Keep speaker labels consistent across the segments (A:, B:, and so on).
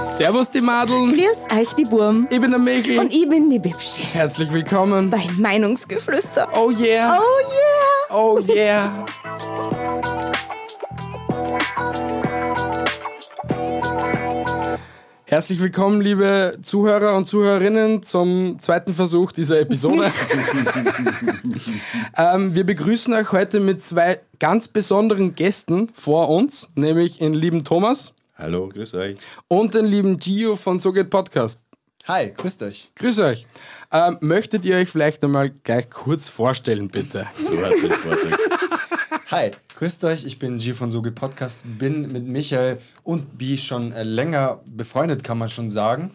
A: Servus die Madeln,
B: Grüß euch, die Burm.
A: ich bin der Mäkel.
B: Und ich bin die Bibsche.
A: Herzlich willkommen.
B: Bei Meinungsgeflüster.
A: Oh yeah,
B: Oh yeah!
A: oh yeah. Herzlich willkommen, liebe Zuhörer und Zuhörerinnen, zum zweiten Versuch dieser Episode. ähm, wir begrüßen euch heute mit zwei ganz besonderen Gästen vor uns, nämlich den lieben Thomas
C: Hallo, grüß euch.
A: und den lieben Gio von So geht Podcast.
D: Hi, grüßt euch.
A: Grüß euch. Ähm, möchtet ihr euch vielleicht einmal gleich kurz vorstellen, bitte?
C: Du hast den Vorteil.
D: Hi, grüßt euch. Ich bin G von Soge Podcast, bin mit Michael und Bi schon äh, länger befreundet, kann man schon sagen.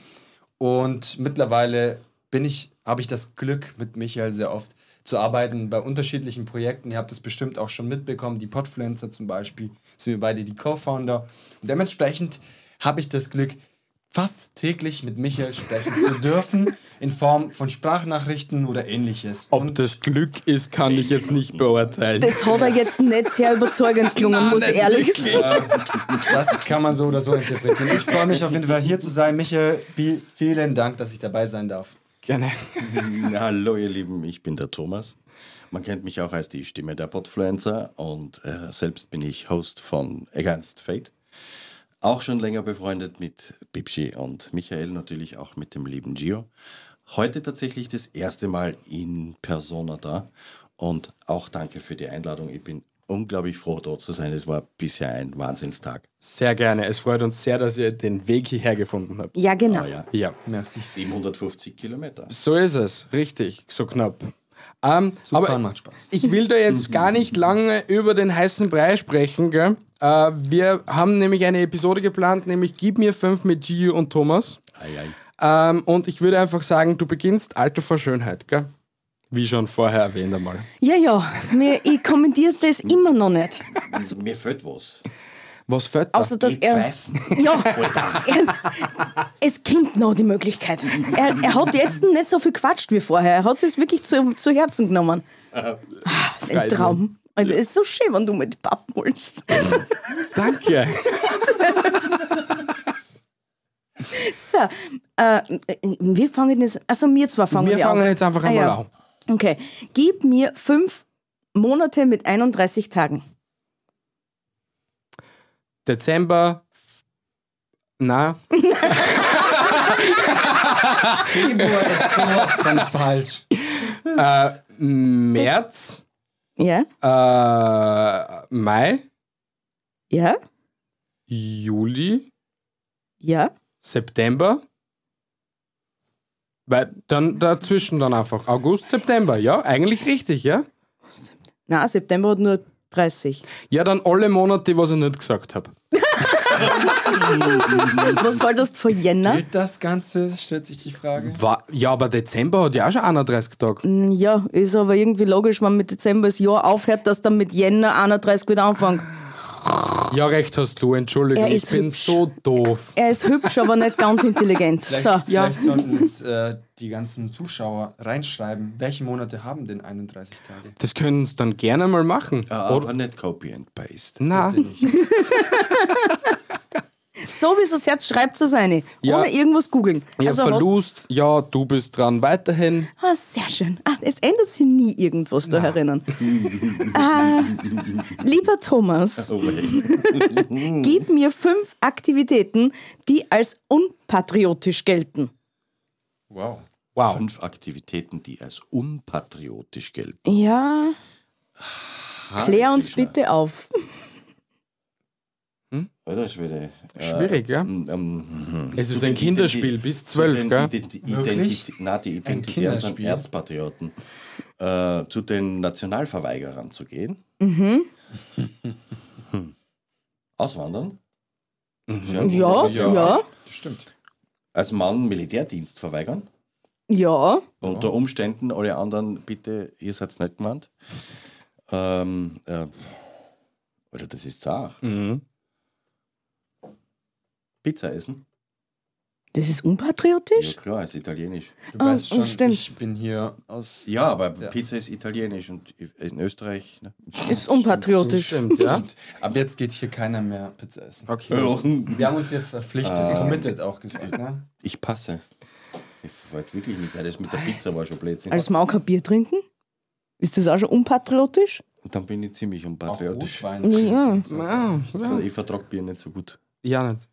D: Und mittlerweile bin ich, habe ich das Glück, mit Michael sehr oft zu arbeiten bei unterschiedlichen Projekten. Ihr habt es bestimmt auch schon mitbekommen, die Podfluencer zum Beispiel, sind wir beide die Co-Founder. Und dementsprechend habe ich das Glück, fast täglich mit Michael sprechen zu dürfen, in Form von Sprachnachrichten oder ähnliches.
A: Ob das Glück ist, kann ich jetzt nicht beurteilen.
B: Das hat er jetzt nicht sehr überzeugend gelungen, muss ich ehrlich sagen.
D: Das kann man so oder so interpretieren. Ich freue mich auf jeden Fall hier zu sein. Michael, Bi, vielen Dank, dass ich dabei sein darf.
A: Gerne.
C: Hallo, ihr Lieben, ich bin der Thomas. Man kennt mich auch als die Stimme der Podfluencer und äh, selbst bin ich Host von Against Fate. Auch schon länger befreundet mit Bibschi und Michael, natürlich auch mit dem lieben Gio. Heute tatsächlich das erste Mal in Persona da und auch danke für die Einladung. Ich bin unglaublich froh, dort zu sein. Es war bisher ein Wahnsinnstag.
A: Sehr gerne. Es freut uns sehr, dass ihr den Weg hierher gefunden habt.
B: Ja, genau.
C: Ah ja,
A: Ja,
D: Merci.
C: 750 Kilometer.
A: so ist es. Richtig, so knapp. Ähm,
D: Zufahren macht Spaß.
A: Ich will da jetzt gar nicht lange über den heißen Brei sprechen, gell? Äh, wir haben nämlich eine Episode geplant, nämlich Gib mir fünf mit Gio und Thomas.
C: Ei, ei.
A: Ähm, und ich würde einfach sagen, du beginnst Alter vor Schönheit, gell? Wie schon vorher erwähnt einmal.
B: Ja, ja. Mir, ich kommentiere das immer noch nicht.
C: Also, mir fehlt was.
A: Was fällt
B: Außer, dass
C: Die
B: er.
C: Pfeifen.
B: Ja,
C: Alter.
B: er, es kommt noch die Möglichkeit. Er, er hat jetzt nicht so viel quatscht wie vorher. Er hat es jetzt wirklich zu, zu Herzen genommen. Ah, ein
A: mich.
B: Traum. Und es ist so schön, wenn du mit Pappen holst.
A: Danke.
B: So, äh, wir fangen jetzt. Also, wir zwei fangen
A: Wir
B: ja
A: fangen
B: an.
A: jetzt einfach
B: Ah,
A: einmal
B: ja.
A: an.
B: Okay. Gib mir fünf Monate mit 31 Tagen.
A: Dezember. Na,
D: Februar ist sowas von falsch.
A: März,
B: Ja?
A: äh, Mai,
B: Ja?
A: Juli,
B: Ja?
A: September. Weil dann dazwischen dann einfach. August, September, ja, eigentlich richtig, ja?
B: Na, September hat nur 30.
A: Ja, dann alle Monate, was ich nicht gesagt habe.
B: Was solltest du vor Jänner?
D: Gilt das Ganze, stellt sich die Frage.
A: Ja, aber Dezember hat ja auch schon 31 Tage.
B: Ja, ist aber irgendwie logisch, wenn mit Dezember das Jahr aufhört, dass dann mit Jänner 31 wieder anfängt.
A: Ja, recht hast du, Entschuldigung,
B: Er
A: ich
B: ist
A: bin
B: hübsch.
A: so doof.
B: Er ist hübsch, aber nicht ganz intelligent.
D: Vielleicht,
B: So.
D: vielleicht sollten uns äh, die ganzen Zuschauer reinschreiben, welche Monate haben denn 31 Tage?
A: Das können sie dann gerne mal machen.
C: Ja, aber nicht Copy and Paste.
A: Na,
B: So wie es das Herz schreibt, so seine.
A: Ja.
B: Ohne irgendwas googeln.
A: ja,
B: Also hast-
A: Verlust, ja, du bist dran, weiterhin.
B: Ah, sehr schön. Ah, es ändert sich nie irgendwas da herinnen. äh, lieber Thomas,
C: Oh, hey.
B: gib mir fünf Aktivitäten, die als unpatriotisch gelten.
D: Wow.
A: Wow.
C: Fünf Aktivitäten, die als unpatriotisch gelten.
B: Ja, klär uns
C: Krishna.
B: bitte auf.
C: Oder Schwede? Äh,
A: Schwierig, ja?
C: m- ähm, hm.
A: Es ist
C: Zu
A: ein
C: den
A: Kinderspiel,
C: Identi-
A: bis
C: zu
A: 12,
C: den
A: gell?
C: Identi
D: Wirklich?
C: Identität, na, die Identitären sind
D: Kinderspiel?
C: Erzpatrioten. Äh, zu den Nationalverweigerern zu gehen.
B: Mhm.
C: Hm. Auswandern. Sehr
A: Mhm.
C: gut.
B: Ja, ja.
D: Das stimmt.
C: als Mann Militärdienst verweigern.
B: Ja.
C: Unter Umständen, alle anderen, bitte, ihr seid nicht gemeint. Ähm, äh, Alter, das ist zart.
A: Mhm.
C: Pizza essen?
B: Das ist unpatriotisch?
C: Ja, klar, ist italienisch.
D: Du
B: Ah,
D: weißt schon,
B: stimmt.
D: ich bin hier aus.
C: Ja, aber Pizza ist italienisch und in Österreich. Ne?
B: Ist unpatriotisch.
A: Stimmt, ja?
D: Ab jetzt geht hier keiner mehr Pizza essen.
A: Okay. Ah.
D: Wir haben uns hier verpflichtet, committed auch gesagt, ne?
C: Ich passe. Ich wollte wirklich nicht sein. Das mit der Pizza war schon Blödsinn.
B: Als Mau kein Bier trinken? Ist das auch schon unpatriotisch?
C: und dann bin ich ziemlich
D: Auch
C: unpatriotisch. Also
D: Rotwein.
B: Ja.
A: Ah, ja.
C: Ich vertrag Bier nicht so gut.
A: ja, nicht.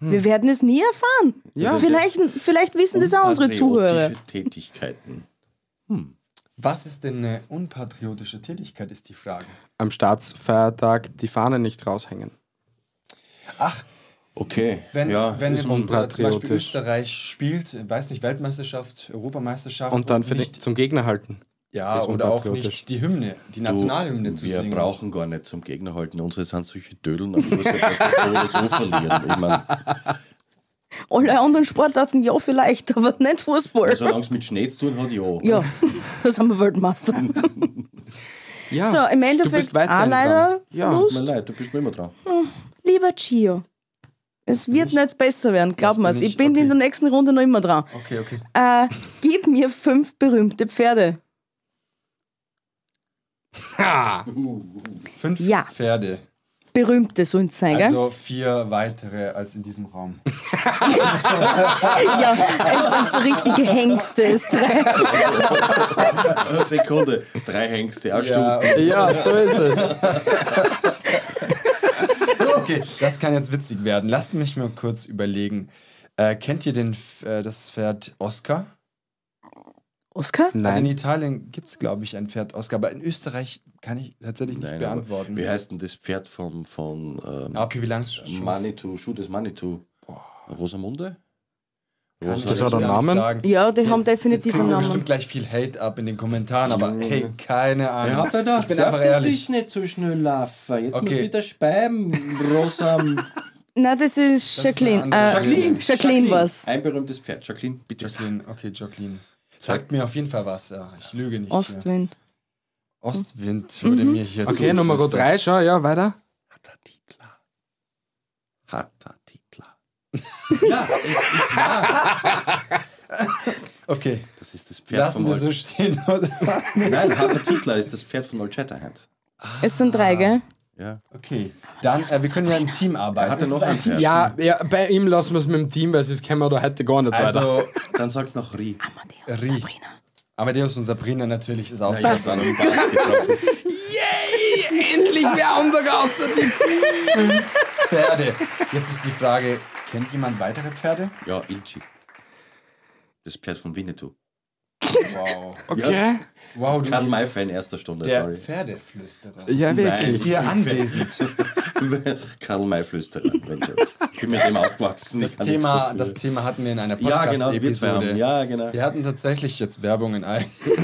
B: Wir werden es nie erfahren.
A: Ja,
B: vielleicht, vielleicht wissen das auch unsere Zuhörer.
C: Also Unpatriotische Tätigkeiten.
D: Was ist denn eine unpatriotische Tätigkeit, ist die Frage.
A: Am Staatsfeiertag die Fahne nicht raushängen.
D: Ach,
C: Okay.
D: wenn,
C: ja,
D: wenn
C: ist
D: jetzt äh, zum Beispiel
A: unpatriotisch.
D: Österreich spielt, äh, weiß nicht, Weltmeisterschaft, Europameisterschaft.
A: Und dann für den,
D: vielleicht
A: zum Gegner halten.
D: Ja,
A: ist
D: oder auch
A: unpatriotisch.
D: nicht die Hymne, die
C: Du,
D: Nationalhymne zu
C: wir
D: singen.
C: brauchen gar nicht zum Gegner halten. Unsere sind solche Dödeln, aber du musst das so oder so verlieren. Ich mein,
B: Alle anderen Sportarten ja vielleicht, aber nicht Fußball.
C: solange es mit Schnee zu tun hat, ja.
B: Ja, da sind wir Weltmeister.
A: Ja,
B: So, im Endeffekt
A: weiterhin
B: auch leider
A: dran. Ja.
B: Verlust.
C: Tut mir leid, du bist mir immer dran.
B: Lieber Gio, es wird nicht besser werden, glaub
D: bin
B: mir's. Ich
D: ich?
B: bin in
D: Okay. Oh.
B: der nächsten Runde noch immer dran.
D: Okay, okay.
B: Äh, gib mir fünf berühmte Pferde.
D: Fünf
B: Ja.
D: Pferde.
B: Berühmte sollen es sein, gell?
D: Also vier weitere als in diesem Raum.
B: Ja, es sind so richtige Hengste. Es drei.
C: Sekunde, drei Hengste, eine
D: Ja,
C: Stunde.
A: Ja, so ist es.
D: Okay, das kann jetzt witzig werden. Lasst mich mal kurz überlegen. Äh, kennt ihr den, F- äh, das Pferd Oscar?
B: Oskar?
D: Also in Italien gibt es, glaube ich, ein Pferd Oscar, aber in Österreich kann ich tatsächlich nicht
C: Nein, aber
D: beantworten.
C: Wie heißt denn das Pferd vom, von ähm,
D: Ah, Pippi Langstrumpf.
C: Manitou, Schuh des Manitou? Rosamunde? Rosa-
A: Das war der
D: Kann ich gar nicht
A: Name?
D: sagen.
B: Ja, die haben definitiv
D: Jetzt kriegen
B: einen
D: wir
B: Namen.
D: bestimmt gleich viel Hate ab in den Kommentaren, aber hey, keine
C: Wer
D: Ahnung.
C: hat denn das?
D: ich bin einfach ehrlich.
C: nicht so schnell laufen. Jetzt
D: Okay.
C: muss wieder speiben, Rosam.
B: Nein, das ist
D: Das ist eine
B: Jacqueline.
D: andere
B: äh,
D: Jacqueline.
B: Jacqueline, Jacqueline was.
C: Ein berühmtes Pferd. Jacqueline, bitte.
D: Jacqueline, okay, Jacqueline. Sagt mir auf jeden Fall was. Ja, ich lüge nicht. hier.
B: Ostwind.
D: Ostwind wurde mir hier
A: Okay, Nummer
D: zugeflüstert.
A: 3, schau, ja, weiter.
C: Hatatitla. Hatatitla. ja, es ist wahr.
D: Okay,
C: Das ist das Pferd
D: lassen
C: von
D: wir
C: Old
D: so stehen. oder?
C: Nein, Hatatitla ist das Pferd von Old Shatterhand.
B: Es sind drei, gell?
C: Ja.
D: Okay, dann, äh, wir können ja im Team arbeiten.
C: Hat er
D: Es
C: noch
D: ist
C: ein Pferd?
A: Ja, ja, bei ihm lassen wir es mit dem Team, weil sonst können wir da heute gar nicht weiter.
D: Also,
C: Dann sagt noch Ri.
D: Rie. Amadeus und Sabrina natürlich ist auch
C: Ich hab dann um Bass getroffen.
A: Endlich wer andere außer die.
D: Pferde. Jetzt ist die Frage, kennt jemand weitere Pferde?
C: Ja, Ilchi. Das Pferd von Winnetou.
D: Wow.
A: Okay.
D: Wow,
C: Karl
D: du
C: May-Fan erster Stunde,
D: der
C: sorry.
D: Pferdeflüsterer.
A: Ja, wirklich.
D: Ist
C: Nein,
D: hier anwesend.
C: Karl May-Flüsterer. wenn schon. Ich bin mit dem aufgewachsen.
D: Das
C: ich kann nichts
D: Thema,
C: dafür.
D: das Thema hatten wir in einer
C: Ja, genau, wir zwei
D: Podcast-Episode.
C: haben- ja, genau.
D: Wir hatten tatsächlich jetzt Werbung in allen.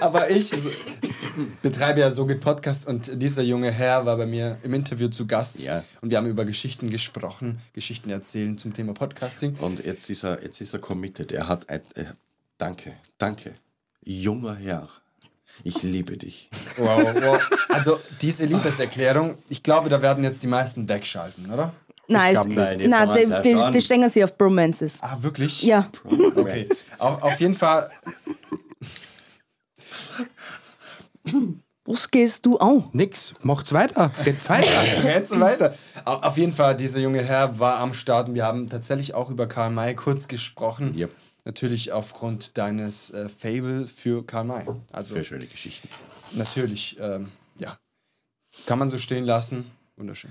D: Aber ich so- betreibe ja so geht Podcast und dieser junge Herr war bei mir im Interview zu Gast
C: Ja.
D: und wir haben über Geschichten gesprochen, Geschichten erzählen zum Thema Podcasting.
C: Und jetzt ist er, jetzt ist er committed. Er hat ein, äh, danke, danke, junger Herr. Ich liebe dich.
D: Wow, wow. Also diese Liebeserklärung, ich glaube, da werden jetzt die meisten wegschalten, oder?
B: Nein,
C: glaub
B: es-
C: nicht. Jetzt haben wir
B: nein
C: uns
B: die,
C: erfahren.
B: die, die stehen sie auf Bromances.
D: Ah, wirklich?
B: Ja,
D: Okay. Auf, auf jeden Fall.
B: was gehst du an?
A: Nix, macht's weiter. Geht's weiter.
D: Rätsel weiter. Au- Auf jeden Fall, dieser junge Herr war am Start und wir haben tatsächlich auch über Karl May kurz gesprochen.
C: Yep.
D: Natürlich aufgrund deines äh, Fable für Karl May. Also
C: Sehr schöne Geschichten.
D: natürlich, ähm, ja. Kann man so stehen lassen. Wunderschön.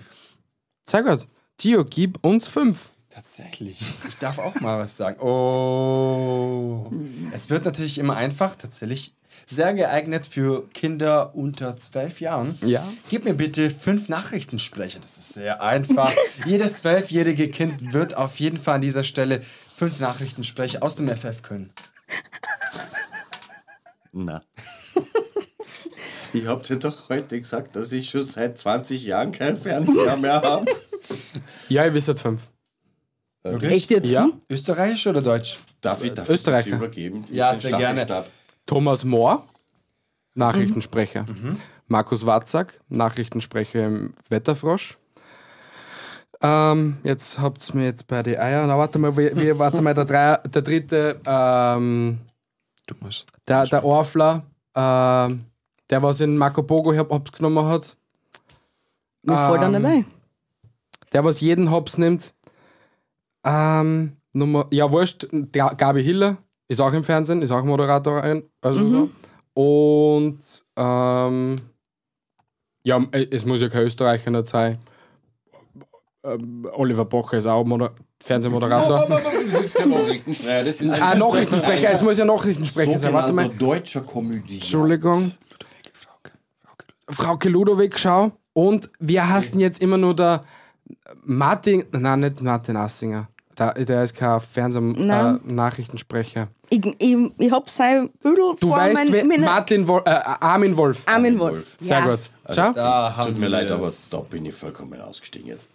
A: Sehr gut. Tio, gib uns fünf.
D: Tatsächlich. Ich darf auch mal was sagen. Oh. Es wird natürlich immer einfach, tatsächlich. Sehr geeignet für Kinder unter zwölf Jahren.
A: Ja.
D: Gib mir bitte fünf Nachrichtensprecher. Das ist sehr einfach. Jedes zwölfjährige Kind wird auf jeden Fall an dieser Stelle fünf Nachrichtensprecher aus dem FF können.
C: Na. Ich hab dir doch heute gesagt, dass ich schon seit 20 Jahren keinen Fernseher mehr habe.
A: Ja, ihr wisst halt fünf.
D: Wirklich?
B: Echt jetzt? Hm?
A: Ja?
D: Österreichisch oder Deutsch?
C: Darf ich, darf ich das
A: Österreicher.
C: übergeben?
D: Ja,
C: Den
D: sehr gerne.
C: Staffelstab.
A: Thomas Mohr, Nachrichtensprecher. Markus Watzak, Nachrichtensprecher im Wetterfrosch. Ähm, jetzt habt ihr mir jetzt bei die Eier. Na, warte mal, wir, wir warte mal, der, drei, der dritte, ähm,
D: Du musst.
A: der, der Orfler, ähm, der was in Marco Bogo hab- Hops genommen hat,
B: Mir fällt
A: Ähm,
B: dann nicht ein.
A: der was jeden Hops nimmt. Ähm, Nummer, ja, wurscht, Ga- Gabi Hiller ist auch im Fernsehen, ist auch Moderatorin. Also so. Und ähm, ja, äh, es muss ja kein Österreicher nicht sein. Ähm, Oliver Bocher ist auch Moder Fernsehmoderator.
C: Das ist kein Nachrichtensprecher, das ist
A: ah,
C: ein
A: Nachrichtensprecher, es muss ja Nachrichtensprecher sein. Warte mal.
C: sogenannter deutscher Komödie.
A: Entschuldigung. Frauke Ludowig, schau. Und wir hassen jetzt immer nur der Martin, nein, nicht Martin Assinger. Der, der ist kein äh,
B: Nein.
A: Fernseh-Nachrichtensprecher.
B: Ich, ich, ich hab sein Büdel
A: du
B: vor
A: weißt,
B: meinem-
A: wer,
B: meinen-
A: Martin Wolf, äh, Armin Wolf.
B: Armin Wolf.
A: Sehr
B: ja.
A: gut. Also Schau.
D: Da haben
C: Tut mir leid, aber
D: wir's.
C: da bin ich vollkommen ausgestiegen jetzt.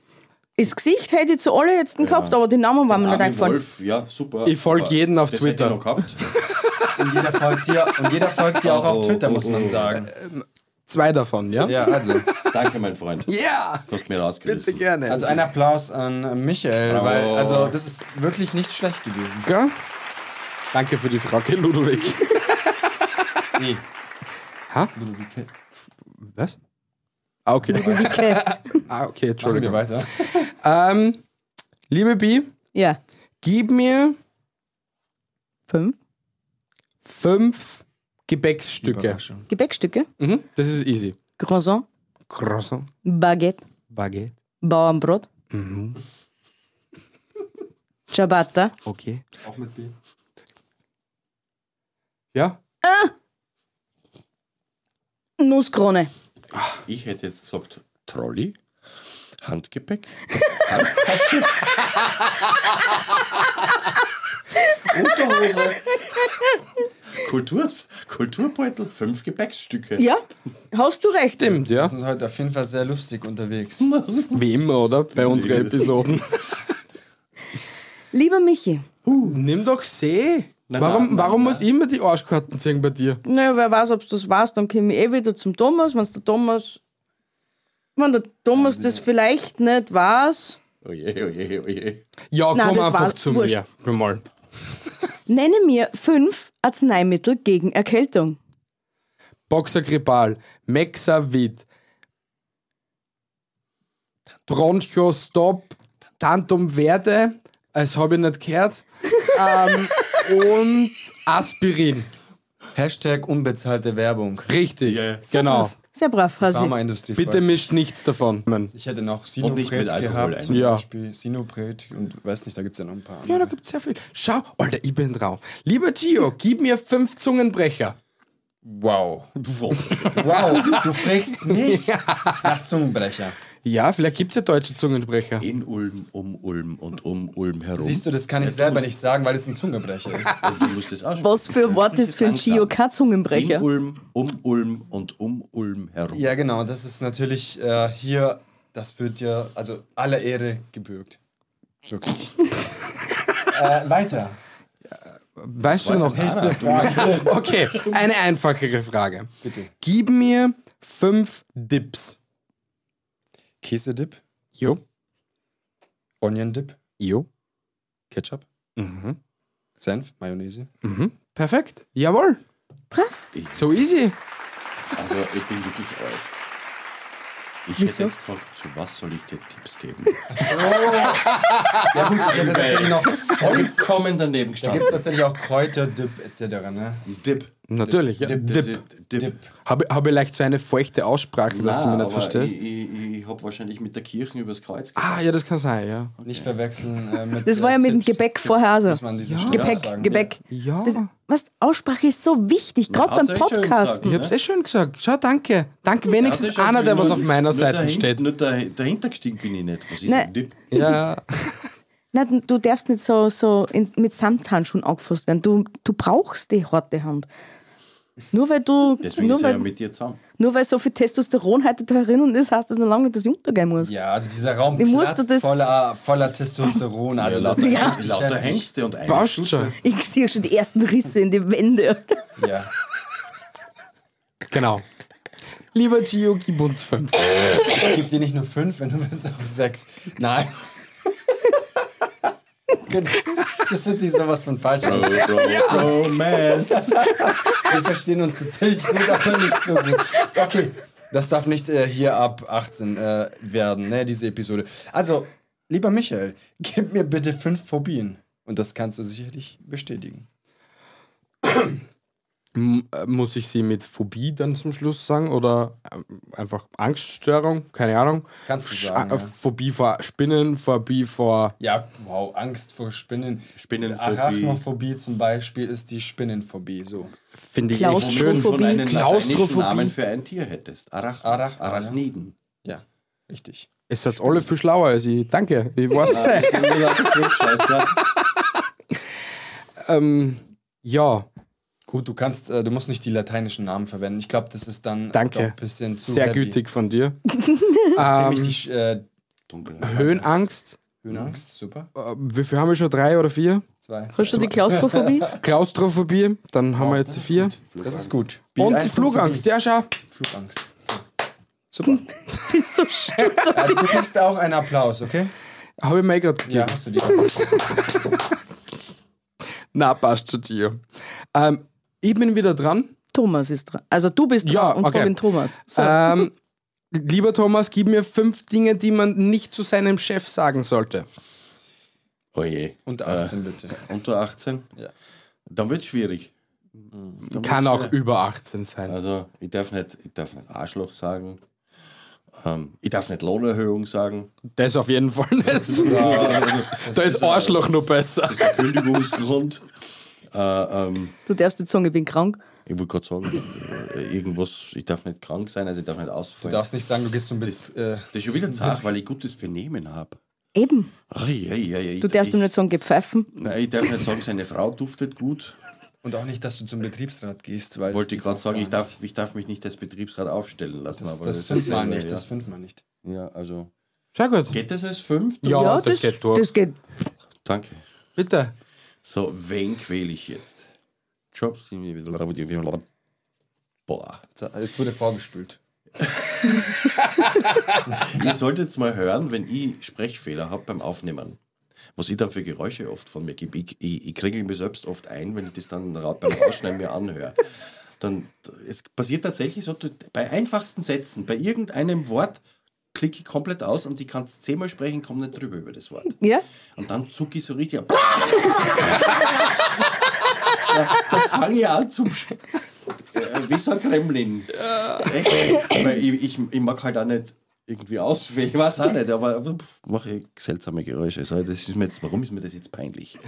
B: Das Gesicht hätte ich zu alle jetzt gehabt, aber die Namen waren mir nicht
C: Armin
B: eingefallen.
C: Wolf, ja, super.
A: Ich folg
C: Aber
A: jeden auf
C: das
A: Twitter.
C: Hätte ich noch gehabt.
D: Und jeder folgt dir, und jeder folgt dir auch auf
C: Oh,
D: Twitter,
C: oh,
D: muss man
C: oh.
D: sagen.
A: Zwei davon, ja?
D: Ja, also.
C: Danke, mein Freund. Du
A: Ja,
C: hast mir rausgerissen.
A: bitte gerne.
D: Also ein Applaus an Michael,
C: Bravo.
D: weil also das ist wirklich nicht schlecht gewesen.
A: Gell? Danke für die Frage, Ludwig.
D: Nee.
A: Ha?
D: Ludwig,
A: Was? Ah, okay. ah, okay,
D: Machen wir
A: Entschuldigung.
D: weiter.
A: Ähm, liebe Bi,
B: Ja.
A: gib mir
B: Fünf
A: fünf Gebäcksstücke.
D: Überraschung.
B: Gebäckstücke.
A: Mhm, das ist easy.
B: Croissant,
A: Croissant,
B: Baguette,
A: Baguette,
B: Bauernbrot,
A: Mhm.
B: Ciabatta,
A: okay.
D: Auch mit B.
A: Ja,
B: Nusskrone.
C: Ich hätte jetzt gesagt, Trolley, Handgepäck. Handtasche. Unterhose. Kulturs, Kulturbeutel, fünf Gebäcksstücke.
B: Ja, hast du recht.
A: stimmt, ja.
D: Wir sind heute auf jeden Fall sehr lustig unterwegs.
A: Wie immer, oder? Bei unseren Episoden.
B: Lieber Michi,
A: Nimm doch See.
C: Na,
A: warum
C: na, na,
A: warum
C: na.
A: muss ich immer die Arschkarten ziehen bei dir?
B: naja, wer weiß, ob du das weißt, dann komme ich eh wieder zum Thomas. Wenn der Thomas, wenn der Thomas das vielleicht nicht weiß,
C: Oje, oje, oje.
A: Ja,
B: Nein,
A: komm
B: das
A: einfach
B: war's.
A: zu
B: Wurscht.
A: mir. Komm mal.
B: nenne mir fünf Arzneimittel gegen Erkältung.
A: Boxergripal, Mexavit, Bronchostop, Tantum Verde, das habe ich nicht gehört, ähm, und Aspirin.
D: Hashtag unbezahlte Werbung.
A: Richtig, genau.
B: Sehr brav, Hasi.
D: Pharmaindustrie.
A: Bitte
D: freut's.
A: mischt nichts davon.
D: Ich hätte noch
C: Und nicht
D: Sinopret
C: mit Alkohol
D: gehabt,
C: ein.
D: zum
A: Ja.
D: Beispiel. Sinopret und weiß nicht, da gibt es ja noch ein paar.
A: Ja, da
D: andere.
A: gibt es sehr viel. Schau, Alter, ich bin drauf. Lieber Gio, gib mir fünf Zungenbrecher.
D: Wow.
C: Wow.
D: Wow, du fragst mich nach Zungenbrecher.
A: Ja, vielleicht gibt es ja deutsche Zungenbrecher.
C: In Ulm, um Ulm und um Ulm herum.
D: Siehst du, das kann ich selber nicht sagen, weil es ein Zungenbrecher ist.
C: Und du musst das aussprechen.
B: Was für ein Wort ist für ein Gio kein
C: In
B: Zungenbrecher?
C: Ulm, um Ulm und um Ulm herum.
D: Ja, genau, das ist natürlich äh, hier, das wird ja, also aller Ehre gebürgt. Wirklich. äh, weiter.
A: Weißt du noch? Okay, eine einfachere Frage.
D: Bitte.
A: Gib mir fünf Dips.
D: Käsedip,
A: Jo,
D: Onion Dip,
A: jo.
D: Ketchup,
C: Mhm.
D: Senf, Mayonnaise.
A: Perfekt. Jawohl. Brav. So easy.
C: Also, ich bin wirklich alt. Ich hätte jetzt gefragt, zu was soll ich dir Tipps geben?
D: Ja gut, ich hätte tatsächlich noch,
C: Vollkommen daneben
D: da gibt
C: gestanden.
D: es tatsächlich auch Kräuter, Dip etc. Ne?
C: Dip.
A: Natürlich. Ja.
D: Dip.
A: Dip.
C: Das ist Dip. Dip.
A: Habe habe ich leicht so eine feuchte Aussprache, dass du
C: Nein,
A: mich
C: aber
A: nicht verstehst.
C: Ich, ich, ich habe wahrscheinlich mit der Kirche übers Kreuz gegangen.
A: ah, ja, das kann sein, ja.
D: Nicht verwechseln äh, mit
B: Das war ja mit dem Gebäck vorher also.
D: Muss man diese
B: Gepäck,
D: sagen.
B: Gebäck.
A: Ja.
B: Das, was, Aussprache ist so wichtig, gerade beim
C: hat's echt schön
B: Podcast.
C: gesagt. ne?
A: Ich hab's eh schön gesagt. Schau, danke. Danke, wenigstens einer, der was auf meiner Seite steht.
C: Nur dahin- dahinter gestiegen bin ich nicht. Was ist
B: Nein.
C: ein Dip?
A: Ja.
B: Nein, du darfst nicht so, so in, mit Samthandschuhen angefasst werden. Du, du brauchst die harte Hand. Nur weil du.
C: Deswegen
B: Nur
C: ist er ja
B: weil,
C: mit dir zusammen.
B: Nur weil so viel Testosteron heute da drinnen ist, heißt das noch lange nicht, dass ich untergehen muss.
D: Ja, also dieser Raum
B: Ich musste
D: platzt
B: das-
D: voller, voller Testosteron. Also das ist
C: ja.
D: richtig
C: lauter
D: heftig.
C: Hengste und ein.
A: Passt schon.
B: Ich sehe schon die ersten Risse in die Wände.
D: Ja.
A: Genau. Lieber Gio, gib uns fünf.
D: Ich gebe dir nicht nur fünf, wenn du bist auf sechs. Nein. Das wird sich sowas von falsch an.
C: Romance.
D: Wir verstehen uns tatsächlich gut, aber nicht so gut. Okay, das darf nicht äh, hier ab 18 äh, werden, ne, diese Episode. Also, lieber Michael, gib mir bitte fünf Phobien. Und das kannst du sicherlich bestätigen.
A: M äh, muss ich sie mit Phobie dann zum Schluss sagen oder ähm, einfach Angststörung? Keine Ahnung.
D: Kannst du
A: Sch-
D: sagen,
A: äh,
D: ja.
A: Phobie vor Spinnen, Phobie vor.
D: Ja, wow, Angst vor Spinnen.
C: Spinnenphobie.
D: Arachnophobie zum Beispiel ist die Spinnenphobie, so.
A: Finde ich echt
B: Klaustrophobie.
A: schön.
C: Schon einen lateinischen
A: Klaustrophobie.
C: Namen für ein Tier hättest. Arach
D: Arach-
C: Arachniden.
D: Ja, richtig.
A: Ist jetzt alle viel schlauer als ich. Danke. Ich weiß es.
C: Ich hab mir gedacht, Klugscheißer.
A: Ja,
D: Gut, du kannst, äh, du musst nicht die lateinischen Namen verwenden. Ich glaube, das ist dann
A: Danke.
D: doch ein bisschen zu
A: sehr
D: heavy.
A: gütig Ähm, hm? von dir.
D: Nämlich die äh,
C: Dunkel.
A: Höhenangst.
D: Höhenangst, super.
A: Äh, Wie viel haben wir schon? Drei oder vier?
D: Zwei.
B: Hast du die Klaustrophobie?
A: Klaustrophobie. Dann haben wir jetzt die vier.
D: Das ist gut.
A: Und
D: Bielefeld-
A: Flugangst. Ja, schau.
D: Flugangst.
A: Super.
B: Bist so stolz.
D: Ja, du kriegst auch einen Applaus, okay?
A: Habe ich mir eh gerade gegeben.
D: Ja, hast du die.
A: Na, passt zu dir. Ähm, ich bin wieder dran.
B: Thomas ist dran. Also du bist dran
A: Ja,
B: und
A: okay.
B: Robin Thomas. So.
A: Ähm, lieber Thomas, gib mir fünf Dinge, die man nicht zu seinem Chef sagen sollte.
C: Oh je.
D: Und 18 bitte.
C: Unter 18?
D: Ja.
C: Dann wird schwierig. Dann
A: Kann
C: wird's
A: auch
C: schwer.
A: über 18 sein.
C: Also, ich darf nicht, ich darf nicht Arschloch sagen. Ähm, ich darf nicht Lohnerhöhung sagen.
A: Das auf jeden Fall nicht. Da ist Arschloch nur besser.
C: Kündigungsgrund. äh, ähm,
B: Du darfst jetzt sagen, ich bin krank.
C: ich wollte gerade sagen, äh, irgendwas, ich darf nicht krank sein, also ich darf nicht
D: Du
C: ausfallen.
D: darfst nicht sagen, du gehst so mit.
C: das,
D: äh,
C: das ist schon wieder zart, weil ich gutes Benehmen habe.
B: Eben. Du
C: Du
B: darfst
C: ich,
B: ihm nicht sagen, gepfeifen.
C: Nein, ich darf nicht sagen, seine Frau duftet gut.
D: und auch nicht, dass du zum Betriebsrat gehst, weil.
C: Wollte
D: das
C: ich gerade
D: geht
C: sagen,
D: auch
C: ich
D: gar
C: darf, ich darf mich nicht als Betriebsrat aufstellen lassen.
D: nicht. Das,
C: aber
D: das,
C: ist
D: fünfmal
C: dasselbe,
D: nicht,
C: ja.
D: das fünfmal nicht.
C: Ja, also.
A: Sehr gut.
C: Geht das als fünf?
A: Ja, das, geht durch.
B: Das geht.
C: Danke.
A: Bitte.
C: So, wen quäle ich jetzt? Jobs. Boah.
D: So, Jetzt wurde vorgespült.
C: Ihr solltet jetzt mal hören, wenn ich Sprechfehler habe beim Aufnehmen. Was ich dann für Geräusche oft von mir gebe. Ich, ich, ich kriegel mir selbst oft ein, wenn ich das dann ra- beim Rausschneiden mir anhöre. Dann, es passiert tatsächlich so, du- bei einfachsten Sätzen, bei irgendeinem Wort klicke ich komplett aus und ich kann es zehnmal sprechen, komme nicht drüber über das Wort.
B: Ja?
C: Und dann zucke ich so richtig ab. ja, da fange ich an zum Sch äh, wie so ein Kremlin. Echt, weil ich, ich, ich mag halt auch nicht irgendwie auswählen, ich weiß auch nicht, aber pff, mache ich seltsame Geräusche. So, das ist mir jetzt, warum ist mir das jetzt peinlich?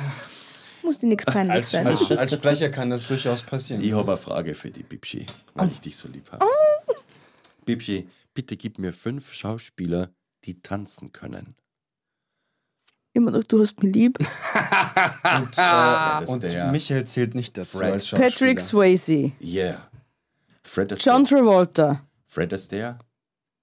B: Muss dir nichts peinlich
D: Als,
B: sein.
D: als, als Sprecher kann das durchaus passieren.
C: Ich habe eine Frage für die Bibschi, weil ich dich so lieb habe. Bibschi, bitte gib mir fünf Schauspieler, die tanzen können.
B: Immer noch, du hast mich lieb.
D: Und, äh,
C: das
D: und
C: ist der-
D: Michael zählt nicht dazu
C: Fred.
D: als Schauspieler.
B: Patrick Swayze.
C: Yeah. Fred Astaire.
B: John Travolta.
C: Fred Astaire.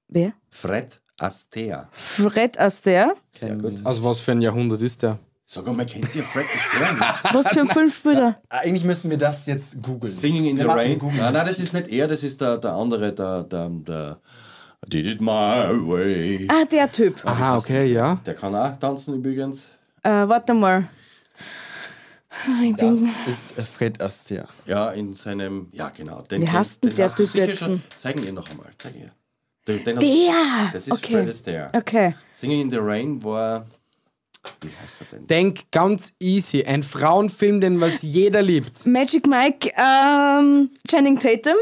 B: Wer?
C: Fred Astaire.
B: Fred Astaire.
C: Sehr gut.
D: Mhm.
A: Also was für ein Jahrhundert ist der?
C: Sag mal, kennst du Fred Astaire? nicht?
B: Was für ein Filmspieler.
D: Eigentlich müssen wir das jetzt googeln.
C: Singing in
D: Wir
C: the
D: machen
C: Rain.
D: Google.
C: Nein, nein, das ist nicht er, das ist der, der andere, der, der, der Did it my way.
B: Ah, der Typ.
A: Aha, okay, ja.
C: Der kann auch tanzen übrigens.
B: Äh, warte mal. Ich bin,
D: Das ist äh, Fred Astaire.
C: Ja, in seinem, ja genau. Den,
B: Wie
C: den-
B: heißt denn
C: den
B: der
C: hast du
B: Typ
C: sicher
B: jetzt?
C: schon- Zeigen ihr noch einmal, zeig ihr. Den, den
B: der!
C: Das ist
B: okay.
C: Fred Astaire.
B: Okay.
C: Singing in the Rain war, wie heißt er denn?
A: Denk ganz easy. Ein Frauenfilm, den was jeder liebt.
B: Magic Mike, ähm, Channing Tatum.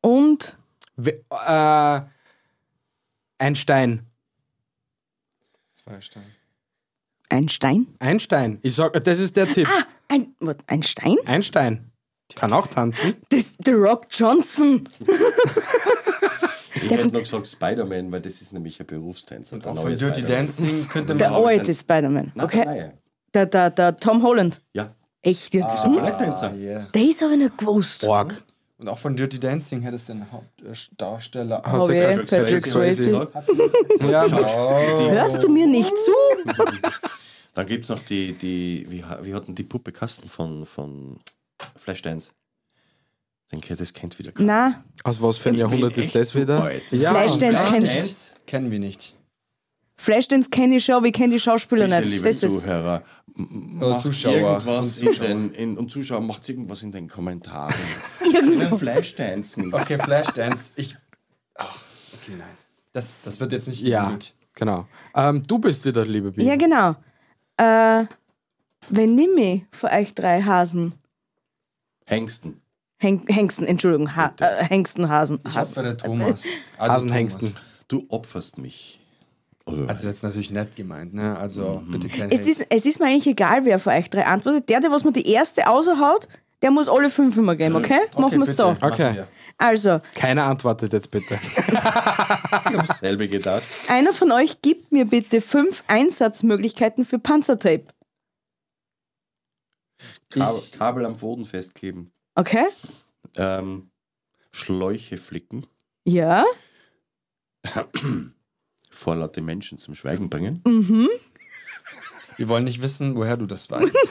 B: Und
A: We äh, Einstein.
D: Zwei Steine.
B: ein Stein.
A: Einstein. Ich sag, das ist der Tipp.
D: Ah.
B: Ein, was, ein Stein?
A: Einstein. Kann auch tanzen.
B: Das ist The Rock Johnson.
C: Ich hätte noch gesagt Spider-Man, weil das ist nämlich ein Berufstänzer. der
D: Auch
C: neue
D: von Dirty
C: Spider-Man.
D: Dancing könnte
B: Der
D: man.
C: aber
B: alte
C: sein-
B: Spider-Man.
C: Nein,
B: okay.
C: nein, nein.
B: Der, der, der Tom Holland.
C: Ja,
B: Echt
C: Ah.
B: jetzt? Hm?
C: Brettänzer.
B: Das habe ich nicht gewusst.
A: Org.
D: Und auch von Dirty Dancing her das den Hauptdarsteller.
A: Hat sie
B: Oh,
A: gesagt,
B: ja. Patrick Swayze.
A: Ja,
B: Hörst du mir nicht zu?
C: Dann gibt es noch die, die wie, ha- wie hatten die Puppe Kasten von, von Flashdance? Den kennt das kennt wieder keiner.
B: Na,
A: Aus Also was für ein
C: Ich bin
A: Jahrhundert ist
C: echt
A: das wieder?
C: super alt.
A: Ja,
B: Flashdance
C: Ah,
D: Flashdance
B: kenne ich.
D: Dance kennen wir nicht.
B: Flashdance kenne ich schon, aber ich kenne die Schauspieler
C: Bitte,
B: nicht.
C: liebe
B: Das ist
C: Zuhörer,
D: Oder
C: macht
D: Zuschauer
C: irgendwas
D: und
C: in den, in, und Zuschauer macht irgendwas in den Kommentaren.
B: irgendwas.
C: Flashdance.
D: Okay, Flashdance. Ich. Ach, okay, nein. Das, das wird jetzt nicht
A: ja,
D: gegoogelt.
A: genau. Ähm, du bist wieder, liebe Biene.
B: Ja, genau. Äh, wenn Nimmi von euch drei Hasen,
C: Hengsten.
B: Heng, Hengsten, Entschuldigung, ha, äh, Hengsten, Hasen,
D: Ich
B: Hasen.
D: hoffe, der Thomas. Also
A: Hasenhengsten.
D: Thomas.
C: Du opferst mich. Oder
D: Also jetzt natürlich nett gemeint, ne? Also
C: Mhm.
D: bitte kein
B: Es
D: Hate.
B: ist, es ist mir eigentlich egal, wer von euch drei antwortet. Der, der was mir die erste außerhaut, der muss alle fünf immer
C: Hm.
B: geben, okay? Machen wir
D: bitte,
B: es so.
D: machen
A: Okay.
D: wir.
B: Also,
A: Keiner antwortet jetzt bitte.
C: dasselbe gedacht.
B: einer von euch gibt mir bitte fünf Einsatzmöglichkeiten für Panzertape.
C: Kabel,
D: Ich-
C: Kabel am Boden festkleben.
B: Okay?
C: Ähm, Schläuche flicken.
B: Ja?
C: Vorlaute Menschen zum Schweigen bringen.
D: Wir wollen nicht wissen, woher du das weißt.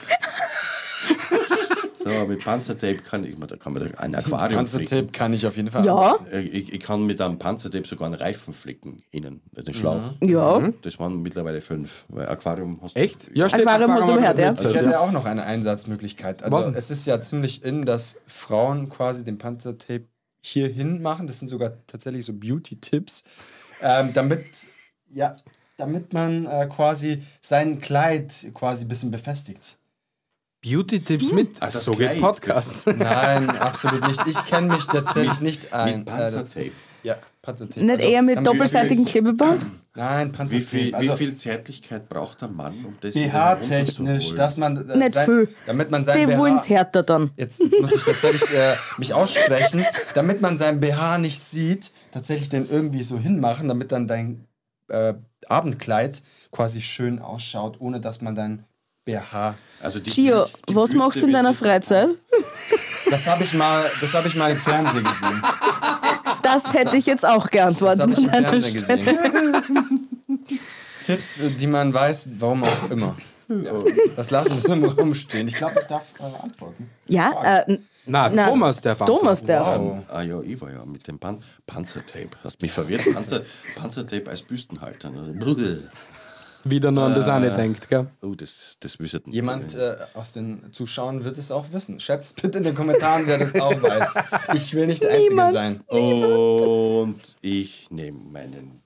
C: So, mit Panzertape kann ich, da kann man da ein Aquarium flicken.
D: Panzertape kann ich auf jeden Fall.
B: Ja?
C: Äh, Ich, ich kann mit einem Panzertape sogar einen Reifen flicken, innen, äh, den Schlauch.
D: Mhm.
B: Ja.
C: Das waren mittlerweile fünf, weil Aquarium hast du-
A: Echt? Ja, steht
B: Aquarium hast du
A: Aquarium
B: gehört, ja.
A: mit
D: Also
C: Also
D: Ich
A: Münze,
D: hätte ja auch noch eine Einsatzmöglichkeit. Also
A: Was denn?
D: es ist ja ziemlich in, dass Frauen quasi den Panzertape hierhin machen. Das sind sogar tatsächlich so Beauty-Tipps, ähm, damit ja, damit man äh, quasi sein Kleid quasi ein bisschen befestigt.
A: Beauty-Tipps
B: Hm?
A: mit. Also
C: Ah, das
A: so geht
C: Kleid.
A: Podcast.
D: Nein, absolut nicht. Ich kenne mich tatsächlich nicht ein.
C: Mit
D: Äh, das-
C: Panzertape.
D: ja, Panzertape.
B: Nicht
D: Also,
B: eher
D: dann-
B: mit doppelseitigen Klebeband?
D: Nein,
C: Wie
D: Panzertape.
C: viel,
D: also,
C: wie viel Zärtlichkeit braucht der Mann, um das wieder
D: BH-technisch,
C: herunterzuholen?
D: dass man äh,
B: Nicht
D: sein,
B: viel.
D: damit man sein
B: Die
D: BH
B: wollen's härter dann.
D: jetzt, jetzt muss ich tatsächlich äh, mich aussprechen, damit man sein BH nicht sieht, tatsächlich den irgendwie so hinmachen, damit dann dein äh, Abendkleid quasi schön ausschaut, ohne dass man dein BH.
C: Also die
B: Gio,
C: Bild- die
B: was
C: Büste
B: machst du in deiner
C: wird-
B: Freizeit?
D: Das habe ich mal, das habe ich mal im Fernsehen gesehen.
B: Das hätte ich jetzt auch
D: Das habe
B: geantwortet
D: ich im
B: an deiner
D: Fernsehen
B: Stelle.
D: gesehen. Tipps, äh, die man weiß, warum auch immer. Ja, das lassen wir so im Raum stehen. Ich glaube, ich darf äh, antworten.
B: Ja, äh,
A: Na,
B: Na,
A: Thomas, der war.
B: Thomas darf.
D: Wow.
C: Ah ja, ich war ja mit dem Pan Panzertape. Hast mich verwirrt. Panzer Panzertape als Büstenhalter. Also Brrr.
A: Wieder nur an das eine denkt, gell?
C: Oh, das, das wüssten
D: Jemand äh, aus den Zuschauern wird es auch wissen. Schreibt es bitte in den Kommentaren, wer das auch weiß. Ich will nicht der Einzige sein.
C: Und ich nehme meinen.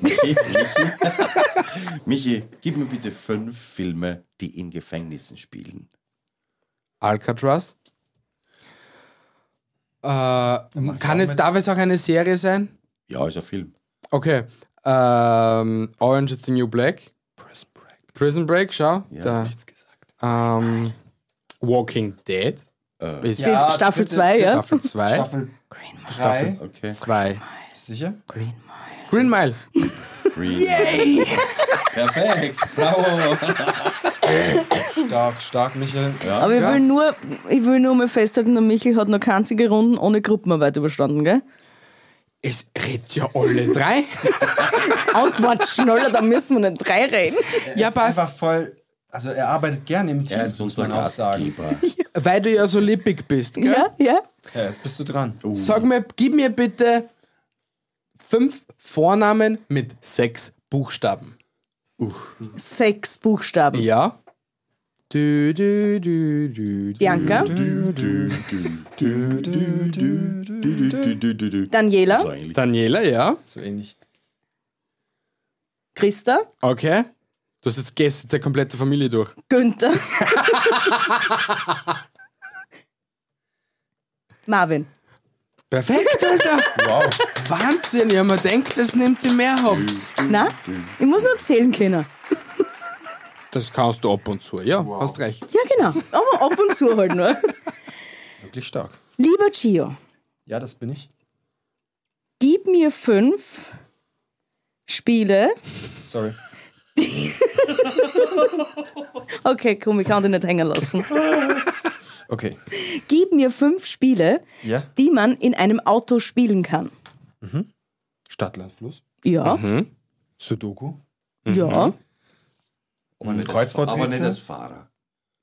C: Michi, Michi, Michi, gib mir bitte fünf Filme, die in Gefängnissen spielen.
A: Alcatraz. Äh, kann es, darf es auch eine Serie sein?
C: Ja, ist ein Film.
A: Okay. Ähm, Orange is the New Black. Prison Break, schau. da.
D: Nichts gesagt.
A: Ähm, Walking Dead. Ist
D: Ja,
B: Staffel
D: bitte.
B: 2, ja?
A: Staffel 2.
D: Staffel
A: Staffel
D: 3.
C: Okay.
A: 2.
D: Sicher?
A: Green Mile.
C: Green. Yay! Perfekt. Bravo.
D: Stark, stark, Michael.
B: Aber ich will, nur, ich will nur mal festhalten, der Michel hat noch keine einzige Runden ohne Gruppenarbeit überstanden, gell?
A: Es redet ja alle drei.
B: Antwort schneller, da müssen wir nicht drei reden.
A: ja,
D: Einfach
A: passt.
D: voll. Also er arbeitet gerne im Team,
C: Er ist
D: muss
C: unser
D: man auch sagen.
C: Gastgeber.
A: Weil du ja so lippig bist, gell?
B: Ja, ja.
D: Ja, jetzt bist du dran.
A: Sag mir, gib mir bitte fünf Vornamen mit sechs Buchstaben.
B: Sechs Buchstaben.
A: Ja. Du, du, du, du, du.
B: Bianca,
C: Du, du, du, du, du, du, du, du, du, du, du. So
B: Daniela,
C: eigentlich.
A: Daniela, ja.
D: So ähnlich.
B: Christa,
A: Okay. Du hast jetzt gestern der komplette Familie durch.
B: Günther. Marvin.
A: Perfekt, Alter.
D: Wow.
A: Wahnsinn. Ja, man denkt, das nimmt die mehr Hops.
B: Na, ich muss nur zählen können.
A: Das kannst du ab und zu. Ja, hast recht.
B: Ja, genau. Aber ab und zu halt nur.
D: Wirklich stark.
B: Lieber Gio,
D: Ja, das bin ich.
B: gib mir fünf Spiele,
D: Sorry.
B: Okay, komm, ich kann dich nicht hängen lassen.
D: Okay.
B: Gib mir fünf Spiele,
D: Ja.
B: die man in einem Auto spielen kann.
D: Stadt, Land, Fluss.
B: Ja,
D: Sudoku.
B: ja.
C: Aber nicht, als,
D: Kreuzworträtsel?
C: aber nicht als Fahrer.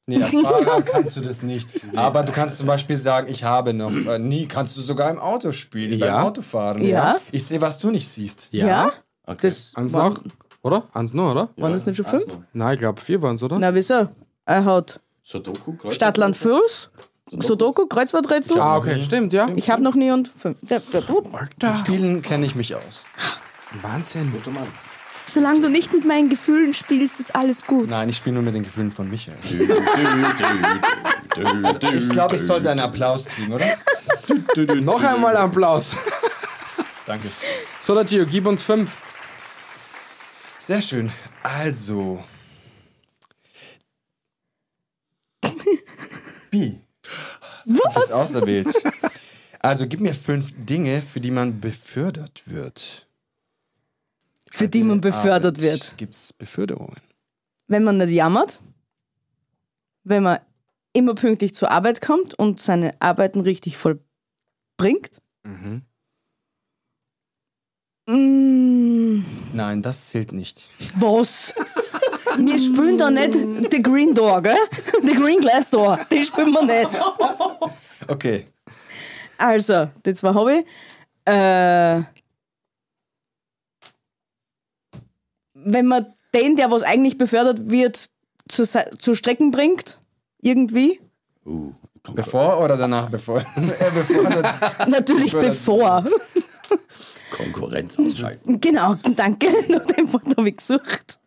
D: Nee, als Fahrer kannst du das nicht. Aber du kannst zum Beispiel sagen, ich habe noch äh, nie, kannst du sogar im Auto spielen,
A: Ja.
D: beim Autofahren.
B: Ja.
D: Ich sehe, was du nicht siehst.
B: Ja?
C: Okay.
B: Das
A: Eins noch, oder? Eins noch, oder?
B: waren das nicht schon
C: Eins
B: fünf?
C: noch.
A: Nein, ich glaube vier waren es, oder?
B: Na, wieso? Er hat
C: Sudoku, Kreuzworträtsel.
B: Stadtland Fluss, Sudoku, Kreuzworträtsel.
A: Ah, okay, stimmt, ja.
B: Ich habe noch nie und fünf. Da, da, da.
A: Alter,
D: Spielen kenne ich mich aus.
A: Wahnsinn.
C: Guter Mann.
B: Solange du nicht mit meinen Gefühlen spielst, ist alles gut.
D: Nein, ich spiele nur mit den Gefühlen von Michael.
C: Dü, dü, dü, dü, dü, dü,
D: Ich glaube, ich
C: dü.
D: sollte einen Applaus kriegen, oder?
A: Noch einmal Applaus.
D: Danke.
A: So, der Gio, gib uns fünf.
D: Sehr schön. Also. B. Was? Du bist auserwählt. Also gib mir fünf Dinge, für die man befördert wird.
B: Für die man befördert wird.
D: Gibt es Beförderungen?
B: Wenn man nicht jammert, wenn man immer pünktlich zur Arbeit kommt und seine Arbeiten richtig vollbringt. Mm,
D: Nein, das zählt nicht.
B: was? Wir spielen da nicht The Green Door, gell? The Green Glass Door. Die spielen wir nicht.
D: Okay.
B: Also, die zwei habe ich. Äh, wenn man den, der was eigentlich befördert wird, zu, se- zu Strecken bringt, irgendwie.
C: Uh, komm,
D: Bevor oder danach bevor? Er befördert.
B: Natürlich bevor.
C: Konkurrenz ausschalten.
B: Genau, danke. Nach dem Wort habe ich gesucht.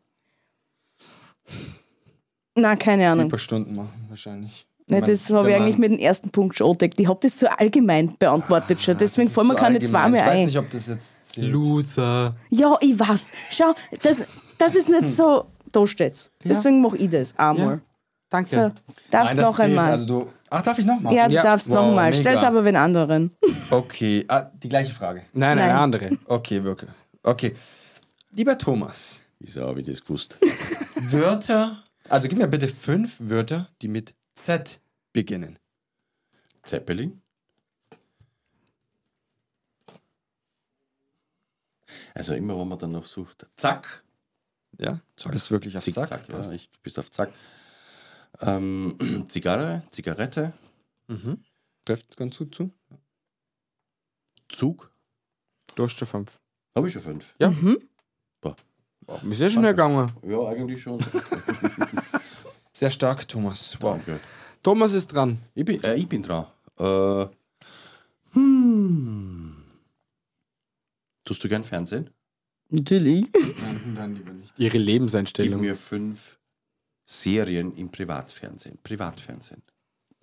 B: Na, keine Ahnung.
D: Überstunden machen wahrscheinlich.
B: Nein, das habe ich eigentlich mit dem ersten Punkt schon entdeckt. Ich habe das so allgemein beantwortet
D: Ah,
B: schon. Deswegen fallen mir keine zwei mehr
D: Ich weiß
B: ein.
D: nicht, ob das jetzt zählt.
A: Luther.
B: Ja, ich weiß. Schau, das, das ist nicht so. Da steht's. Deswegen mache ich das einmal.
A: Danke.
B: So, darfst
D: Nein, das
B: noch
D: zählt.
B: einmal.
D: Also du, ach, darf ich nochmal?
B: ja, du
A: Ja,
B: darfst
D: wow,
B: noch mal.
D: mega.
B: Stell's aber wen anderen.
D: Okay, ah, die gleiche Frage.
A: Nein, nein,
B: Nein.
A: eine andere.
D: Okay, wirklich. Okay. Lieber Thomas,
C: Wieso habe ich das gewusst?
D: Wörter, also gib mir bitte fünf Wörter, die mit Z beginnen.
C: Zeppelin? Also immer, wenn man dann noch sucht. Zack!
D: Ja? Du bist wirklich auf Zack.
C: Zack, ja,
D: passt.
C: ich, du bist auf Zack. Ähm, Zigarre, Zigarette,
D: mhm. Trifft ganz gut zu.
C: Zug.
A: Du hast schon fünf.
C: Habe ich schon fünf.
A: Ist sehr schnell gegangen.
C: Ja, eigentlich schon.
D: Sehr stark, Thomas. Wow.
C: Danke.
A: Thomas ist dran.
C: Ich bin, äh, ich bin dran. Äh, hmm. Tust du gern Fernsehen?
B: Natürlich.
D: Nein, dann lieber nicht.
A: Ihre
C: Gib
A: Lebenseinstellung.
C: mir fünf Serien im Privatfernsehen. Privatfernsehen.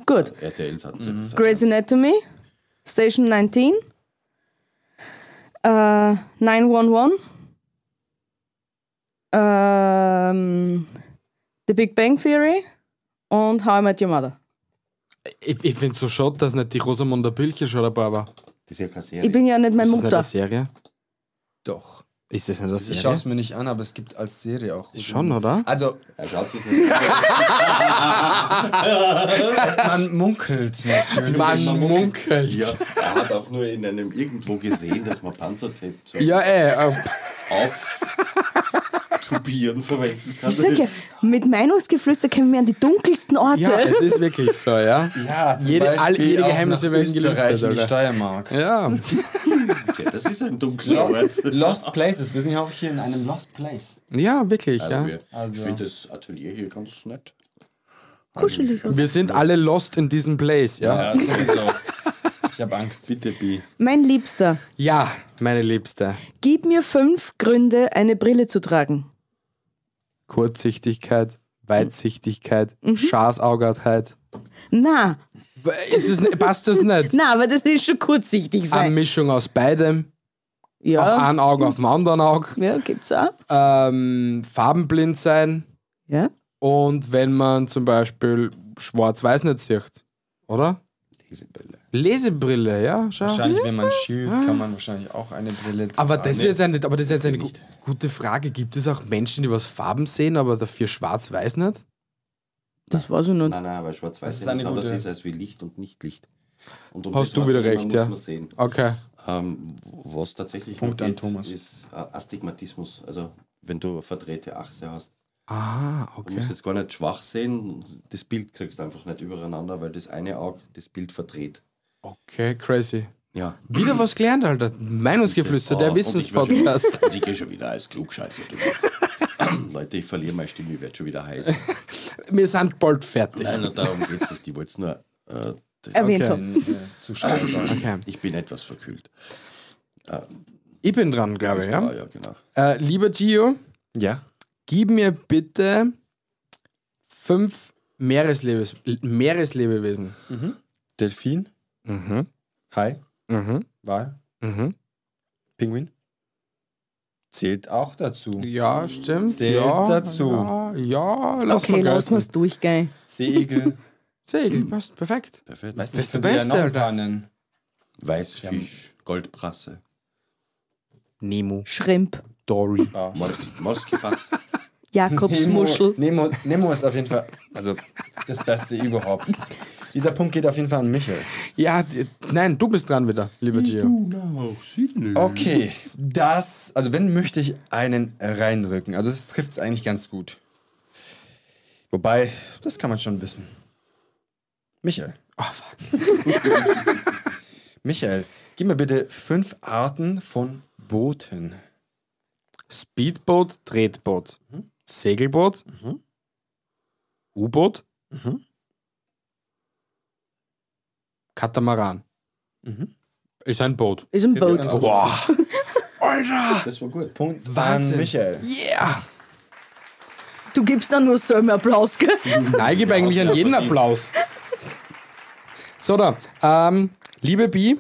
B: Gut.
C: RTL hat.
B: Grey's Anatomy, Station 19, äh, 911, ähm, The Big Bang Theory und How I Met Your Mother.
A: Ich, ich finde so schade, dass nicht die Rosamunde Pilcher schon dabei war.
C: Das ist ja keine Serie.
B: Ich bin ja nicht meine
A: Ist das nicht
B: Mutter.
A: eine Serie?
D: Doch.
A: Ist das nicht eine
D: Ich schaue
A: Serie?
D: es mir nicht an, aber es gibt als Serie auch.
A: Schon, oder?
D: Also,
C: er schaut sich nicht an.
D: man munkelt natürlich.
A: Man munkelt.
C: ja,
A: Ja,
C: er hat auch nur in einem irgendwo gesehen, dass man Panzertape so
A: ey. Äh,
C: auf Tubieren verwenden kann.
B: Ich sag ja, mit Meinungsgeflüster kämen wir an die dunkelsten Orte.
A: ja, also- es ist wirklich so, ja.
D: Ja, zum
A: Jede-
D: Beispiel
A: all- jede
D: auch
A: Geheimnisse
D: nach
A: werden
D: Österreich
A: gelüftet,
D: in die
A: Alter.
D: Steiermark.
A: Ja.
C: Ja, das ist ein dunkler Ort.
D: Lost, Lost Places. Wir sind ja auch hier in einem Lost Place.
A: Ja, wirklich,
C: Also,
A: ja.
C: wir-
D: Also.
C: Ich finde das Atelier hier ganz nett.
B: Kuschelig. oder?
A: Wir sind alle lost in diesem Place, ja.
D: Ja, sowieso. Ich habe Angst.
C: Bitte, Bi.
B: Mein Liebster,
A: Ja, meine Liebste.
B: gib mir fünf Gründe, eine Brille zu tragen.
A: Kurzsichtigkeit, Weitsichtigkeit, Schaßaugertheit.
B: Na,
A: Ist es, nicht- passt das nicht?
B: na, aber das ist schon kurzsichtig
A: Eine
B: sein.
A: Mischung aus beidem. Auf
B: ja.
A: einem Auge, auf dem anderen Auge.
B: ja, gibt's auch.
A: Ähm, farbenblind sein.
B: Ja.
A: Und wenn man zum Beispiel schwarz-weiß nicht sieht, oder?
C: Lesebälle.
A: Lesebrille, ja, schau.
D: Wahrscheinlich, wenn man schielt, kann man wahrscheinlich auch eine Brille tragen.
A: Aber das ist jetzt eine, aber das ist jetzt eine
C: geht
A: gu
C: nicht.
A: gute Frage. Gibt es auch Menschen, die was Farben sehen, aber dafür schwarz-weiß nicht?
B: Das war so nur.
C: Nein, nein, weil Schwarz-Weiß
D: ist
C: ja nichts
D: eine
C: anderes
D: gute-
C: ist als wie Licht und Nicht-Licht. Und um
A: Hast
C: das
A: du wieder
C: wahrzunehmen,
A: recht,
C: muss
A: ja.
C: man sehen.
A: Okay.
C: Ähm, was tatsächlich
D: Punkt
C: noch
D: an
C: geht,
D: Thomas.
C: ist äh, Astigmatismus. Also wenn du eine verdrehte Achse hast.
A: Ah,
C: Du musst
A: okay.
C: jetzt gar nicht schwach sehen, das Bild kriegst du einfach nicht übereinander, weil das eine Auge das Bild verdreht.
A: Okay, crazy.
C: Ja.
A: Wieder was gelernt, Alter. Meinungsgeflüster,
C: Oh,
A: der
C: und ich war schon-
A: Wissenspodcast.
C: Und ich gehe schon wieder als Klugscheißer durch. Leute, ich verliere meine Stimme, ich werde schon wieder heiß.
A: Wir sind bald fertig.
C: Nein, und darum geht es nicht. Ich wollte es nur. Äh,
B: Erwähnt
A: Okay.
B: habe.
D: Äh, Zuschauer sagen.
A: Okay.
C: ich bin etwas verkühlt.
A: Ich bin dran, glaube ich, ja.
C: Ah, ja, genau.
A: Äh, lieber Gio,
D: Ja.
A: gib mir bitte fünf Meereslebes Meereslebewesen.
D: Delfin,
A: Mhm.
D: Hai,
A: Mhm.
D: Wal,
A: Mhm.
D: Pinguin. Zählt auch dazu.
A: Ja, stimmt.
D: Zählt
A: ja,
D: dazu.
A: Ja, ja lass
B: Okay,
A: mal
B: lass
A: gelten.
B: mal es durchgehen.
D: Seeigel.
A: Segel, passt perfekt.
C: Perfekt.
D: Weißt
A: Das ist der
D: ich könnte ja
A: Beste,
D: noch ein
A: Alter.
D: paar nennen.
C: Weißfisch, Goldbrasse,
A: Nemo,
B: Schrimp,
A: Dory.
C: Mos Moskipass.
B: Jakobsmuschel.
D: Nemo, Nemo ist auf jeden Fall also das Beste überhaupt. Dieser Punkt geht auf jeden Fall an Michael.
A: Ja, die, nein, du bist dran wieder,
B: Hm,
A: lieber Gio.
D: Okay, das, also wenn möchte ich einen reindrücken. Also das trifft es eigentlich ganz gut. Wobei, das kann man schon wissen. Michael. Oh, fuck. Michael, gib mir bitte fünf Arten von Booten.
A: Speedboot, Tretboot, Segelboot, U-Boot,
D: Mhm.
A: Katamaran.
D: Mhm.
A: Ist ein Boot.
B: Ist ein Boot.
D: Also,
A: Alter!
C: Das war gut.
D: Punkt
A: Wahnsinn.
D: an Michael.
A: Yeah!
B: Du gibst dann nur so einen Applaus, gell?
A: Nein, ich gebe eigentlich an jeden Applaus. So, da. Ähm, liebe Bi,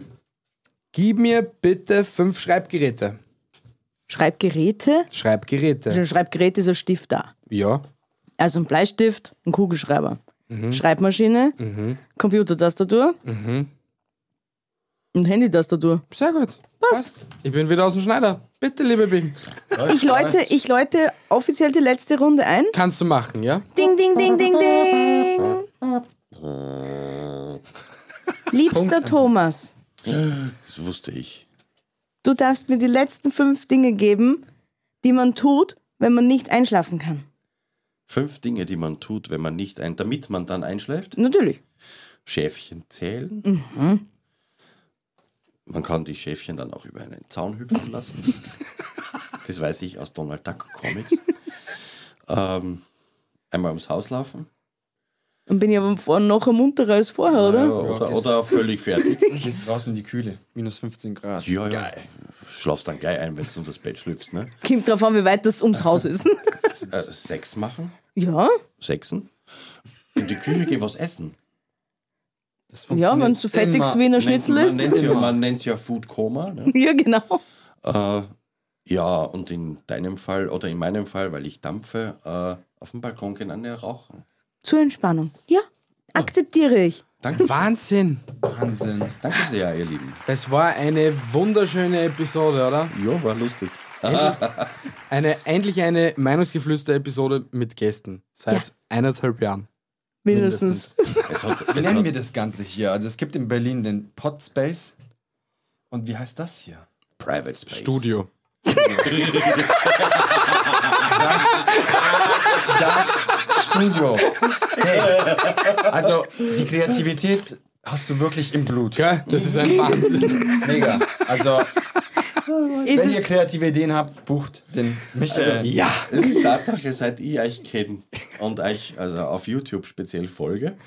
A: gib mir bitte fünf Schreibgeräte.
B: Schreibgeräte. Also
A: Schreibgeräte.
B: Ein Schreibgerät ist ein Stift da.
A: Ja.
B: Also ein Bleistift, ein Kugelschreiber, Schreibmaschine, Computertastatur und Handytastatur.
A: Sehr gut. Passt. Ich bin wieder aus dem Schneider. Bitte, liebe Bi.
B: Ich läute, ich läute offiziell die letzte Runde ein.
A: Kannst du machen, ja?
B: Ding, ding, ding, ding, ding. Liebster Thomas,
C: Das wusste ich.
B: du darfst mir die letzten fünf Dinge geben, die man tut, wenn man nicht einschlafen kann.
C: Fünf Dinge, die man tut, wenn man nicht ein, damit man dann einschläft.
B: Natürlich.
C: Schäfchen zählen. Mhm. Man kann die Schäfchen dann auch über einen Zaun hüpfen lassen. das weiß ich aus Donald Duck Comics. ähm, einmal ums Haus laufen.
B: Dann bin ich aber vorhin noch munterer als vorher,
C: Ja,
B: oder?
C: oder, oder völlig fertig.
D: Du gehst raus in die Kühle. Minus 15 Grad.
C: Ja, ja. Schlafst dann gleich ein, wenn du unter das Bett schlüpfst. Ne?
B: Kommt drauf an, wie weit das ums Haus ist.
C: Äh, Sex machen.
B: ja,
C: Sechsen. In die Küche gehen, was essen.
D: Das
B: ja
D: funktioniert
B: wenn du fettigst
D: immer.
B: wie ein Schnitzel
C: man
B: ist.
C: nennt ja, man nennt's ja Food Coma. Ne?
B: Ja, genau.
C: Äh, ja, und in deinem Fall oder in meinem Fall, weil ich dampfe, äh, auf dem Balkon gehen an rauchen.
B: Zur Entspannung. Ja,
C: Ah.
B: akzeptiere ich.
C: Danke,
A: Wahnsinn.
D: Wahnsinn.
C: danke sehr, ihr Lieben.
A: Das war eine wunderschöne Episode, oder?
C: Ja, war lustig.
A: Eine, endlich eine Meinungsgeflüster-Episode mit Gästen. Seit eineinhalb Jahren.
B: Mindestens.
C: Es hat,
D: Wie
C: es
D: nennen
C: hat,
D: wir das Ganze hier? Also es gibt in Berlin den Podspace. Und wie heißt das hier?
C: Private Space.
A: Studio.
D: Das Studio. Hey, also die Kreativität hast du wirklich im Blut.
A: Gell? Das ist ein Wahnsinn.
D: Mega. Also
B: Ist
D: wenn ihr
B: es,
D: kreative Ideen habt, bucht den Michael.
A: Äh, ja.
C: Es ist Tatsache, seit ich euch kenne und euch also auf YouTube speziell folge,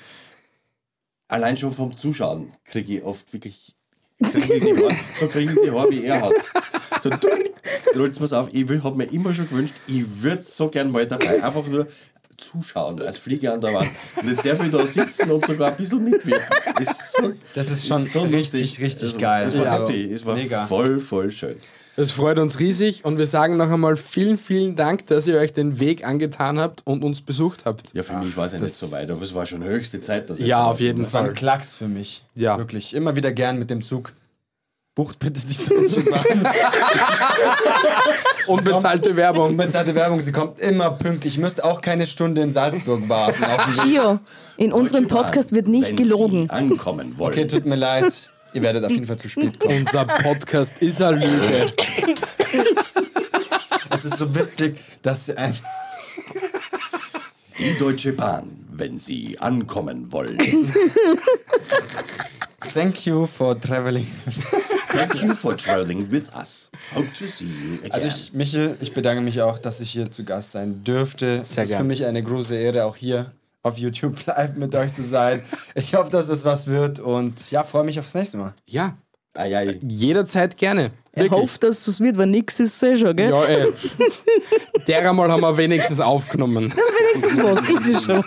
C: allein schon vom Zuschauen kriege ich oft wirklich kriege ich die Haare, so kriege ich die Haare, wie er hat. So rollt mir's auf. Ich habe mir immer schon gewünscht, ich würde so gern mal dabei einfach nur zuschauen, als Fliege an der Wand. Und jetzt darf ich da sitzen und sogar ein bisschen mitwirken. Das ist so,
D: Das ist schon
C: so
D: richtig,
C: lustig.
D: richtig
C: Also,
D: geil.
C: Es war
D: Ja.
C: happy, es war
D: Mega.
C: voll, voll schön.
A: Das freut uns riesig und wir sagen noch einmal vielen, vielen Dank, dass ihr euch den Weg angetan habt und uns besucht habt.
C: Ja, für mich war es ja nicht so weit, aber es war schon höchste Zeit, dass ich
A: Ja,
C: da
A: auf jeden
D: Das war ein
A: Fall.
D: Klacks für mich.
A: Ja.
D: Wirklich. Immer wieder gern mit dem Zug. Bucht bitte die deutsche Bahn.
A: Unbezahlte Werbung.
D: Unbezahlte Werbung, sie kommt immer pünktlich. Ihr müsst auch keine Stunde in Salzburg warten. Auf dem Weg.
B: Gio, in unserem
C: Deutsche Bahn,
B: Podcast wird nicht
C: wenn
B: gelogen.
C: Sie ankommen wollen.
D: Okay, tut mir leid. Ihr werdet auf jeden Fall zu spät kommen.
A: Unser Podcast ist halt, eine Lüge.
D: Es ist so witzig, dass sie ein.
C: Die Deutsche Bahn, wenn Sie ankommen wollen.
D: Thank you for traveling.
C: Thank you for traveling with us. Hope to see you again.
D: Also ich, Michel, ich bedanke mich auch, dass ich hier zu Gast sein dürfte. es ist
A: gern.
D: für mich eine große Ehre, auch hier auf YouTube live mit euch zu sein. Ich hoffe, dass es was wird und ja, freue mich aufs nächste Mal.
A: Ja,
C: Ai, ai.
A: jederzeit gerne.
B: Er
A: Wirklich.
B: hofft, dass es wird, weil nix ist, sehe schon, gell?
A: Ja, ey. Derer mal haben wir wenigstens aufgenommen.
B: Wenigstens was, ist es schon.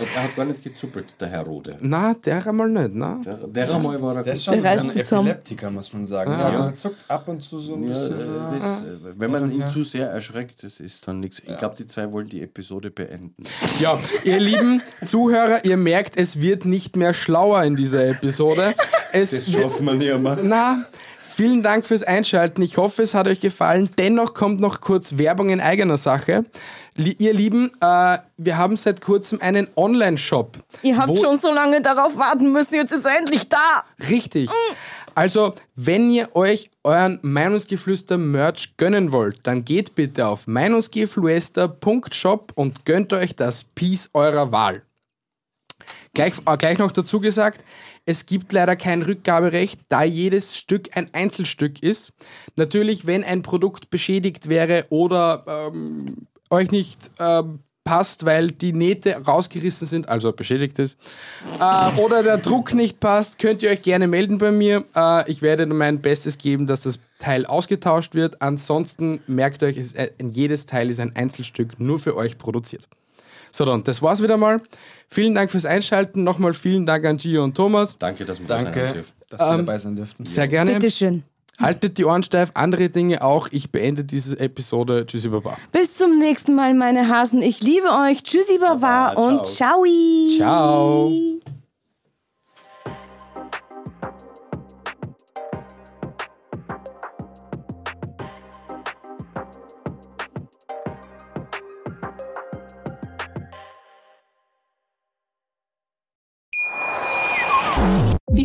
C: Und er hat gar nicht gezuppelt, der Herr Rode.
A: Na, derer mal nicht, na?
C: Der, der einmal war er
D: Der ist
C: gut.
D: schon so
B: Der reißt
D: ein
B: sie zusammen.
D: Epileptiker, muss man sagen. Also er zuckt ab und zu so ein
C: Ja,
D: bisschen.
C: äh,
B: Ah.
C: das, äh, wenn man ihn zu sehr erschreckt, das ist dann nichts. Ich glaube, die zwei wollen die Episode beenden.
A: Ja, ihr lieben Zuhörer, ihr merkt, es wird nicht mehr schlauer in dieser Episode. Es wird,
C: schafft man nicht einmal.
A: na, vielen Dank fürs Einschalten. Ich hoffe, es hat euch gefallen. Dennoch kommt noch kurz Werbung in eigener Sache. Lie- ihr Lieben, äh, wir haben seit kurzem einen Online-Shop.
B: Ihr habt
A: Wo-
B: schon so lange darauf warten müssen, jetzt ist er endlich da.
A: Richtig. Also, wenn ihr euch euren Meinungsgeflüster-Merch gönnen wollt, dann geht bitte auf meinungsgeflüster.shop und gönnt euch das Piece eurer Wahl. Gleich, äh, gleich noch dazu gesagt, es gibt leider kein Rückgaberecht, da jedes Stück ein Einzelstück ist. Natürlich, wenn ein Produkt beschädigt wäre oder ähm, euch nicht ähm, passt, weil die Nähte rausgerissen sind, also beschädigt ist, äh, oder der Druck nicht passt, könnt ihr euch gerne melden bei mir. Äh, ich werde mein Bestes geben, dass das Teil ausgetauscht wird. Ansonsten merkt euch, es ist ein, jedes Teil ist ein Einzelstück nur für euch produziert. So, dann, das war's wieder mal. Vielen Dank fürs Einschalten. Nochmal vielen Dank an Gio und Thomas.
C: Danke, dass wir da sein
D: Danke,
C: dürfen.
D: dass wir dabei sein dürften.
A: Sehr gerne.
B: Bitteschön.
A: Haltet die Ohren steif, andere Dinge auch. Ich beende diese Episode. Tschüssi, Baba.
B: Bis zum nächsten Mal, meine Hasen. Ich liebe euch. Tschüssi, Baba
C: Baba,
B: und ciao.
A: Ciao.
E: Wie